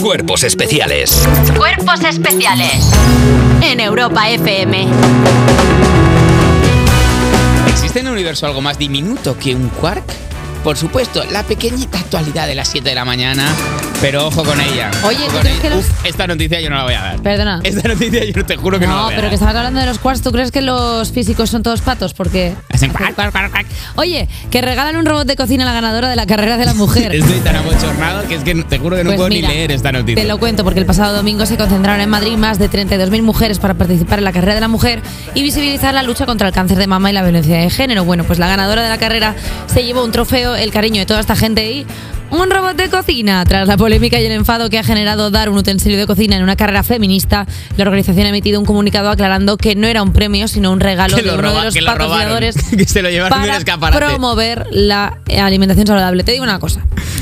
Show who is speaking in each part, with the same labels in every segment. Speaker 1: Cuerpos especiales.
Speaker 2: Cuerpos especiales en Europa FM.
Speaker 3: ¿Existe en el universo algo más diminuto que un quark? Por supuesto, la pequeñita actualidad de las 7 de la mañana, pero ojo con ella.
Speaker 4: Oye,
Speaker 3: Ojo
Speaker 4: ¿tú
Speaker 3: con
Speaker 4: crees
Speaker 3: ella.
Speaker 4: que los-
Speaker 3: Uf, esta noticia yo no la voy a dar.
Speaker 4: Perdona.
Speaker 3: Esta noticia yo te juro que no, la
Speaker 4: No,
Speaker 3: voy a
Speaker 4: pero que
Speaker 3: dar.
Speaker 4: estamos hablando de los quarks. ¿Tú crees que los físicos son todos patos? Porque.
Speaker 3: Hacen quark, quark, quark, quark.
Speaker 4: Oye, que regalan un robot de cocina a la ganadora de la carrera de la mujer.
Speaker 3: Estoy tan abochornado que es que te juro que no
Speaker 4: Pues
Speaker 3: puedo
Speaker 4: mira,
Speaker 3: ni leer esta noticia.
Speaker 4: Te lo cuento porque el pasado domingo se concentraron en Madrid más de 32.000 mujeres para participar en la carrera de la mujer y visibilizar la lucha contra el cáncer de mama y la violencia de género. Bueno, pues la ganadora de la carrera se llevó un trofeo, el cariño de toda esta gente y un robot de cocina. Tras la polémica y el enfado que ha generado dar un utensilio de cocina en una carrera feminista, la organización ha emitido un comunicado aclarando que no era un premio, sino un regalo
Speaker 3: Que
Speaker 4: de
Speaker 3: lo
Speaker 4: uno
Speaker 3: roba-
Speaker 4: de los
Speaker 3: que lo robaron,
Speaker 4: patrocinadores
Speaker 3: que se lo llevaron de un
Speaker 4: para
Speaker 3: escaparate.
Speaker 4: promover la eh, alimentación saludable. Te digo una cosa,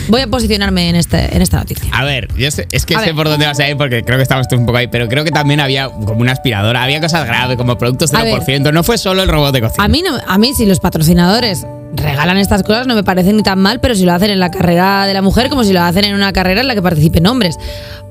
Speaker 4: voy a posicionarme en, este, en esta noticia.
Speaker 3: A ver, yo sé- es que
Speaker 4: A
Speaker 3: sé
Speaker 4: ver.
Speaker 3: por dónde vas a ir porque creo que estamos tú un poco ahí, pero creo que también había como una aspiradora, había cosas graves como productos
Speaker 4: A ver.
Speaker 3: 0%, no fue solo el robot de cocina.
Speaker 4: A mí, no, a mí si los patrocinadores regalan estas cosas no me parece ni tan mal, pero si lo hacen en la carrera de la mujer como si lo hacen en una carrera en la que participen hombres.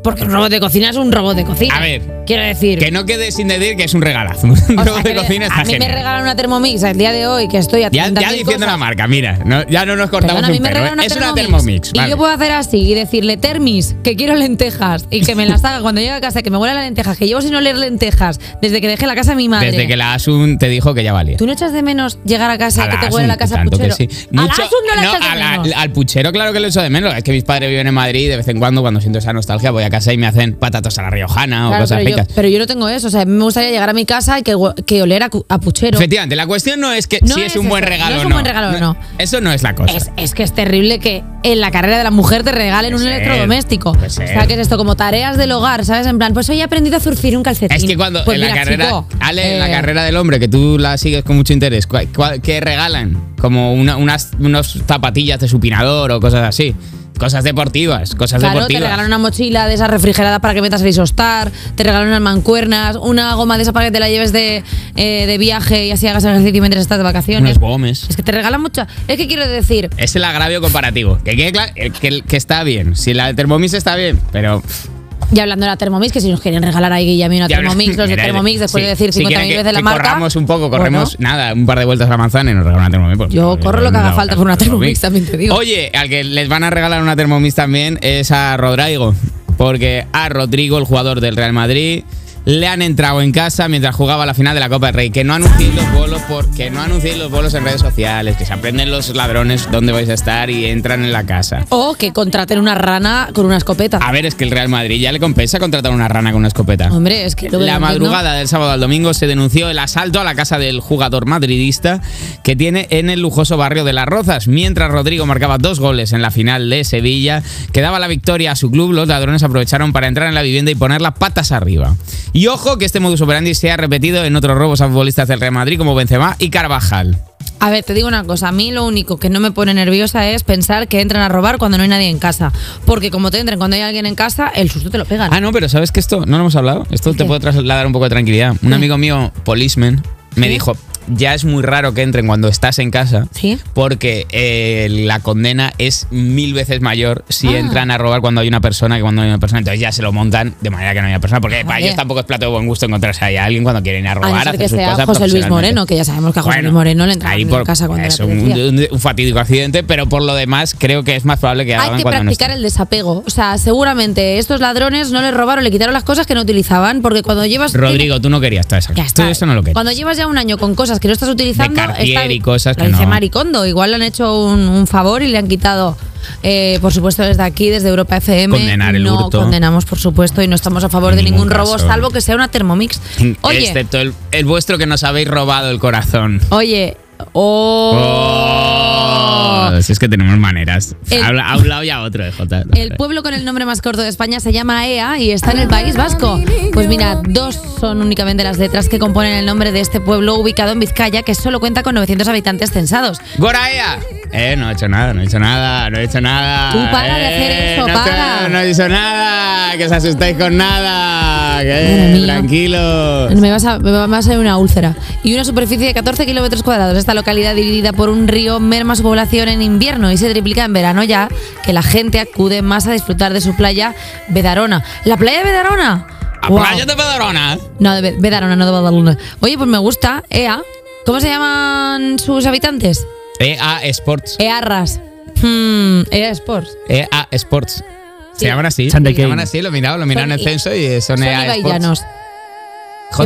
Speaker 4: Porque un robot de cocina es un robot de cocina.
Speaker 3: A ver.
Speaker 4: Quiero decir...
Speaker 3: Que no quede sin decir que es un regalazo. Un
Speaker 4: o sea,
Speaker 3: robot de
Speaker 4: que
Speaker 3: cocina
Speaker 4: a
Speaker 3: está
Speaker 4: mí me
Speaker 3: genial.
Speaker 4: regalan una Thermomix el día de hoy que estoy
Speaker 3: Ya,
Speaker 4: haciendo
Speaker 3: ya diciendo la marca, mira, no- ya no nos cortamos
Speaker 4: Perdona, a mí
Speaker 3: un
Speaker 4: me
Speaker 3: pelo,
Speaker 4: regalan
Speaker 3: ¿eh?
Speaker 4: una
Speaker 3: Es
Speaker 4: Thermomix.
Speaker 3: una Thermomix,
Speaker 4: Y
Speaker 3: vale.
Speaker 4: yo puedo hacer así y decirle, Termis, que quiero lentejas. Y que me las haga cuando llegue a casa, que me huela la lenteja, que llevo sin oler lentejas desde que dejé la casa de mi madre.
Speaker 3: Desde que la Asun te dijo que ya valía.
Speaker 4: ¿Tú no echas de menos llegar a casa
Speaker 3: A
Speaker 4: y que
Speaker 3: la
Speaker 4: te huele la
Speaker 3: Asun,
Speaker 4: casa a
Speaker 3: tanto que
Speaker 4: puchero?
Speaker 3: sí.
Speaker 4: A la
Speaker 3: Mucho-
Speaker 4: Asun no la
Speaker 3: no,
Speaker 4: echas de
Speaker 3: a la-
Speaker 4: menos.
Speaker 3: Al puchero, claro que lo echo de menos. Es que mis padres viven en Madrid y de vez en cuando, cuando siento esa nostalgia, voy a casa y me hacen patatas a la riojana o
Speaker 4: Claro,
Speaker 3: cosas
Speaker 4: pero, yo,
Speaker 3: ricas.
Speaker 4: pero yo no tengo eso. O sea, me gustaría llegar a mi casa y que, hue- que oler a, cu- a puchero.
Speaker 3: Efectivamente, la cuestión no es que
Speaker 4: No
Speaker 3: si es,
Speaker 4: es
Speaker 3: un buen
Speaker 4: eso,
Speaker 3: regalo
Speaker 4: no
Speaker 3: o
Speaker 4: es
Speaker 3: no.
Speaker 4: un buen regalo o no.
Speaker 3: Eso no es la cosa.
Speaker 4: Es, es que es terrible que en la carrera de la mujer te regalen
Speaker 3: Puede
Speaker 4: un
Speaker 3: ser,
Speaker 4: electrodoméstico.
Speaker 3: puede
Speaker 4: o
Speaker 3: ser.
Speaker 4: sea, que es esto como tareas del hogar, ¿sabes? En plan, pues hoy he aprendido a zurcir un calcetín.
Speaker 3: Es que cuando
Speaker 4: Pues
Speaker 3: en la
Speaker 4: mira,
Speaker 3: carrera,
Speaker 4: chico,
Speaker 3: Ale, en la
Speaker 4: eh,
Speaker 3: carrera del hombre, que tú la sigues con mucho interés, ¿cuál- cuál- ¿qué regalan? Como una- unas unos zapatillas de supinador o cosas así. Cosas deportivas, cosas
Speaker 4: Claro, te
Speaker 3: deportivas.
Speaker 4: regalan una mochila de esa refrigerada para que metas el isostar, te regalan unas mancuernas, una goma de esa para que te la lleves de, eh, de viaje y así hagas ejercicio mientras estás de vacaciones.
Speaker 3: Unos gomes.
Speaker 4: Es que te regalan mucho. Es que quiero decir,
Speaker 3: Es el agravio comparativo. Que, quede cla- eh, que, que está bien. Si la de Thermomix está bien, pero.
Speaker 4: Y hablando de la Thermomix, que si nos quieren regalar ahí Guille y a mí una
Speaker 3: ya habla-
Speaker 4: Thermomix, los de
Speaker 3: Mira,
Speaker 4: Thermomix, después
Speaker 3: si-
Speaker 4: de decir
Speaker 3: si
Speaker 4: 50.000
Speaker 3: quieren que-
Speaker 4: veces la
Speaker 3: que
Speaker 4: marca.
Speaker 3: Corramos un poco,
Speaker 4: bueno,
Speaker 3: corremos nada, un par de vueltas a la manzana y nos regalan una Thermomix. pues,
Speaker 4: Yo
Speaker 3: pues,
Speaker 4: corro lo que haga
Speaker 3: no,
Speaker 4: falta
Speaker 3: no,
Speaker 4: por una Thermomix, también te digo.
Speaker 3: Oye, al que les van a regalar una Thermomix también es a Rodrigo. Porque a Rodrigo, el jugador del Real Madrid. Le han entrado en casa mientras jugaba la final de la Copa del Rey. Que no anunciéis los bolos porque no anunciéis los bolos en redes sociales. Que se aprenden los ladrones dónde vais a estar y entran en la casa.
Speaker 4: O que contraten una rana con una escopeta.
Speaker 3: A ver, es que el Real Madrid ya le compensa contratar una rana con una escopeta.
Speaker 4: Hombre, es que lo que
Speaker 3: La
Speaker 4: no-
Speaker 3: madrugada del sábado al domingo se denunció el asalto a la casa del jugador madridista que tiene en el lujoso barrio de Las Rozas. Mientras Rodrigo marcaba dos goles en la final de Sevilla, que daba la victoria a su club, los ladrones aprovecharon para entrar en la vivienda y poner las patas arriba. Y ojo que este modus operandi se ha repetido en otros robos a futbolistas del Real Madrid como Benzema y Carvajal.
Speaker 4: A ver, te digo una cosa, a mí lo único que no me pone nerviosa es pensar que entran a robar cuando no hay nadie en casa. Porque como te entren cuando hay alguien en casa, el susto te lo pegan.
Speaker 3: Ah, no, pero ¿sabes que esto no lo hemos hablado? Esto te
Speaker 4: ¿Qué?
Speaker 3: puede trasladar un poco de tranquilidad. Un amigo mío, policeman, me
Speaker 4: ¿Sí?
Speaker 3: dijo, ya es muy raro que entren cuando estás en casa,
Speaker 4: ¿Sí?
Speaker 3: porque eh, la condena es mil veces mayor si
Speaker 4: Ah.
Speaker 3: entran a robar cuando hay una persona que cuando no hay una persona. Entonces ya se lo montan de manera que no haya persona, porque para
Speaker 4: Vale.
Speaker 3: ellos tampoco es plato de buen gusto encontrarse ahí a alguien cuando quieren ir a robar.
Speaker 4: A no ser
Speaker 3: hacer
Speaker 4: que
Speaker 3: sus
Speaker 4: sea
Speaker 3: cosas
Speaker 4: José Luis
Speaker 3: profesionalmente.
Speaker 4: Moreno, que ya sabemos que a José
Speaker 3: Bueno,
Speaker 4: Luis Moreno le entraron
Speaker 3: ahí
Speaker 4: en
Speaker 3: por-
Speaker 4: casa cuando
Speaker 3: es
Speaker 4: le
Speaker 3: un,
Speaker 4: apetecía.
Speaker 3: un- un fatídico accidente, pero por lo demás creo que es más probable que hagan
Speaker 4: Hay que
Speaker 3: cuando no
Speaker 4: practicar
Speaker 3: estén.
Speaker 4: el desapego. O sea, seguramente estos ladrones no les robaron, le quitaron las cosas que no utilizaban, porque cuando llevas.
Speaker 3: Rodrigo, tú no querías toda esa.
Speaker 4: Ya está.
Speaker 3: Tú eso no lo querías.
Speaker 4: Cuando llevas ya un año con cosas que no estás utilizando.
Speaker 3: De Cartier
Speaker 4: está-
Speaker 3: y cosas
Speaker 4: lo
Speaker 3: que
Speaker 4: dice
Speaker 3: no.
Speaker 4: Maricondo. Igual le han hecho un, un favor y le han quitado. eh, por supuesto, desde aquí, desde Europa FM,
Speaker 3: Condenar el
Speaker 4: no
Speaker 3: hurto.
Speaker 4: condenamos, por supuesto, y no estamos a favor
Speaker 3: En
Speaker 4: de
Speaker 3: ningún
Speaker 4: ningún robo,
Speaker 3: caso. este
Speaker 4: salvo que sea una Thermomix. Oye,
Speaker 3: Excepto el, el vuestro que nos habéis robado el corazón.
Speaker 4: oye, oh.
Speaker 3: Oh, si es que tenemos maneras.
Speaker 4: El-
Speaker 3: Habla- A un lado y a otro, eh, Jota.
Speaker 4: El pueblo con el nombre más corto de España se llama EA y está en el País Vasco. Pues mira, dos son únicamente las letras que componen el nombre de este pueblo ubicado en Vizcaya, que solo cuenta con 900 habitantes censados.
Speaker 3: Goraea. Eh, no he hecho nada, no he hecho nada, no he hecho nada.
Speaker 4: Tú para de
Speaker 3: Eh,
Speaker 4: hacer eso,
Speaker 3: no
Speaker 4: para.
Speaker 3: te- no he hecho nada, que os asustáis con nada.
Speaker 4: Madre
Speaker 3: Que,
Speaker 4: mía.
Speaker 3: tranquilo.
Speaker 4: Me vas, a, me va- me va a salir una úlcera. Y una superficie de 14 kilómetros cuadrados. Esta localidad dividida por un río merma su población en invierno y se triplica en verano ya que la gente acude más a disfrutar de su playa Bedarona. ¿La playa de Bedarona?
Speaker 3: A
Speaker 4: Guau.
Speaker 3: playa de Pedrona.
Speaker 4: No, de Be- Bedarona, no de Badalona. Oye, pues me gusta. EA. ¿Cómo se llaman sus habitantes?
Speaker 3: EA E Sports.
Speaker 4: Eh. EARRAS. Hmm, EA Sports.
Speaker 3: EA Sports.
Speaker 4: Sí.
Speaker 3: Se llaman así.
Speaker 1: Sunday
Speaker 3: Se llaman
Speaker 1: Kane.
Speaker 3: así, lo miraron, lo miraron en
Speaker 4: Son
Speaker 3: el censo y son,
Speaker 4: Son
Speaker 3: EA
Speaker 4: ibaellanos.
Speaker 3: Sports.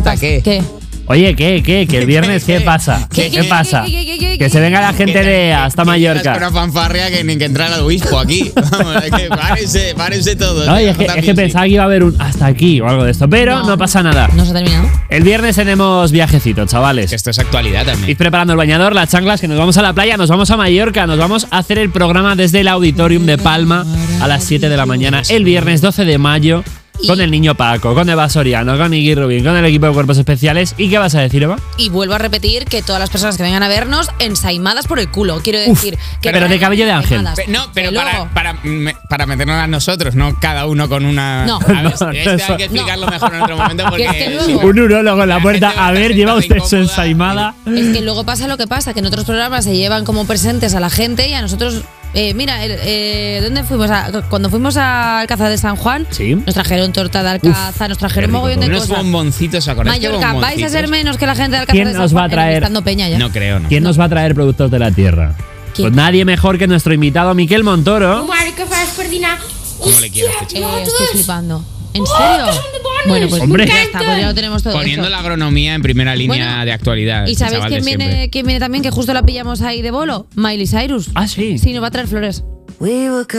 Speaker 4: pasa?
Speaker 3: JK.
Speaker 4: ¿Qué?
Speaker 1: Oye, ¿qué? ¿Qué? ¿Que el viernes qué pasa?
Speaker 4: ¿Qué,
Speaker 1: ¿Qué,
Speaker 4: qué,
Speaker 1: pasa?
Speaker 4: qué, qué, qué, qué,
Speaker 1: Que se venga la gente de hasta
Speaker 3: Es una
Speaker 1: Mallorca.
Speaker 3: fanfarria que ni que entrara el obispo aquí. Vamos, es que párense, párense todos.
Speaker 1: No, y
Speaker 3: eh,
Speaker 1: es que,
Speaker 3: J
Speaker 1: es que
Speaker 3: Music.
Speaker 1: pensaba que iba a haber un hasta aquí o algo de esto, pero no, pasa nada.
Speaker 4: No se ha terminado.
Speaker 1: El viernes tenemos viajecito,
Speaker 3: Que
Speaker 1: chavales.
Speaker 3: Esto es actualidad
Speaker 1: Id
Speaker 3: también.
Speaker 1: preparando el bañador, las chanclas, que nos vamos a la playa, nos vamos a Mallorca, nos vamos a hacer el programa desde el Auditorium de Palma a las 7 de la mañana, el viernes 12 de mayo, con el niño Paco, con Eva Soriano, con Iggy Rubin, con el equipo de cuerpos especiales. ¿Y qué vas a decir, Eva?
Speaker 4: Y vuelvo a repetir que todas las personas que vengan a vernos, ensaimadas por el culo. Quiero decir que.
Speaker 1: pero de cabello de ángel.
Speaker 4: ensaimadas.
Speaker 3: Pe- No, pero
Speaker 4: Que
Speaker 3: para,
Speaker 4: luego-
Speaker 3: para, me- para meternos a nosotros, no cada uno con una.
Speaker 4: No.
Speaker 3: A ver,
Speaker 1: No,
Speaker 3: este
Speaker 1: eso-
Speaker 3: hay que explicarlo mejor en otro momento porque.
Speaker 4: Que es que
Speaker 3: si
Speaker 4: luego-
Speaker 3: no-
Speaker 1: Un urólogo en la
Speaker 3: La
Speaker 1: puerta.
Speaker 3: gente va a
Speaker 1: A ver,
Speaker 3: estar
Speaker 1: lleva usted
Speaker 3: incómoda.
Speaker 1: su ensaimada.
Speaker 4: Es que luego pasa lo que pasa, que en otros programas se llevan como presentes a la gente y a nosotros. eh, mira, el- eh, ¿dónde fuimos? A- cuando fuimos a Alcázar de San Juan,
Speaker 1: Sí.
Speaker 4: nos trajeron torta de Alcázar, nos trajeron
Speaker 1: qué rico
Speaker 4: mogollón de
Speaker 3: Unos
Speaker 4: cosas.
Speaker 3: bomboncitos, ¿os acordáis de
Speaker 4: Mallorca, vais a
Speaker 3: bomboncitos?
Speaker 4: ser menos que la gente de Alcázar
Speaker 1: ¿Quién
Speaker 4: de San
Speaker 1: nos va a
Speaker 4: Juan? Era
Speaker 1: traer?
Speaker 4: Estando Peña ya.
Speaker 3: No creo, no.
Speaker 1: ¿Quién nos va a traer productos de la tierra?
Speaker 4: ¿Quién?
Speaker 1: Pues nadie mejor que nuestro invitado Miquel Montoro.
Speaker 5: Marica Faz Ferdinand.
Speaker 3: ¿Cómo le quiero a este
Speaker 4: Eh,
Speaker 3: chico?
Speaker 4: estoy flipando. ¿En serio?
Speaker 5: que son de bonos!
Speaker 4: Bueno, pues,
Speaker 1: Hombre.
Speaker 4: ya está, pues ya lo tenemos todo.
Speaker 3: Poniendo
Speaker 4: hecho.
Speaker 3: la agronomía en primera línea
Speaker 4: Bueno,
Speaker 3: de actualidad.
Speaker 4: ¿Y
Speaker 3: este
Speaker 4: sabéis
Speaker 3: chaval
Speaker 4: quién
Speaker 3: de
Speaker 4: viene,
Speaker 3: siempre.
Speaker 4: quién viene también? Que justo la pillamos ahí de bolo. Miley Cyrus.
Speaker 1: Ah, sí.
Speaker 4: Sí, nos va a traer flores.
Speaker 6: We were good.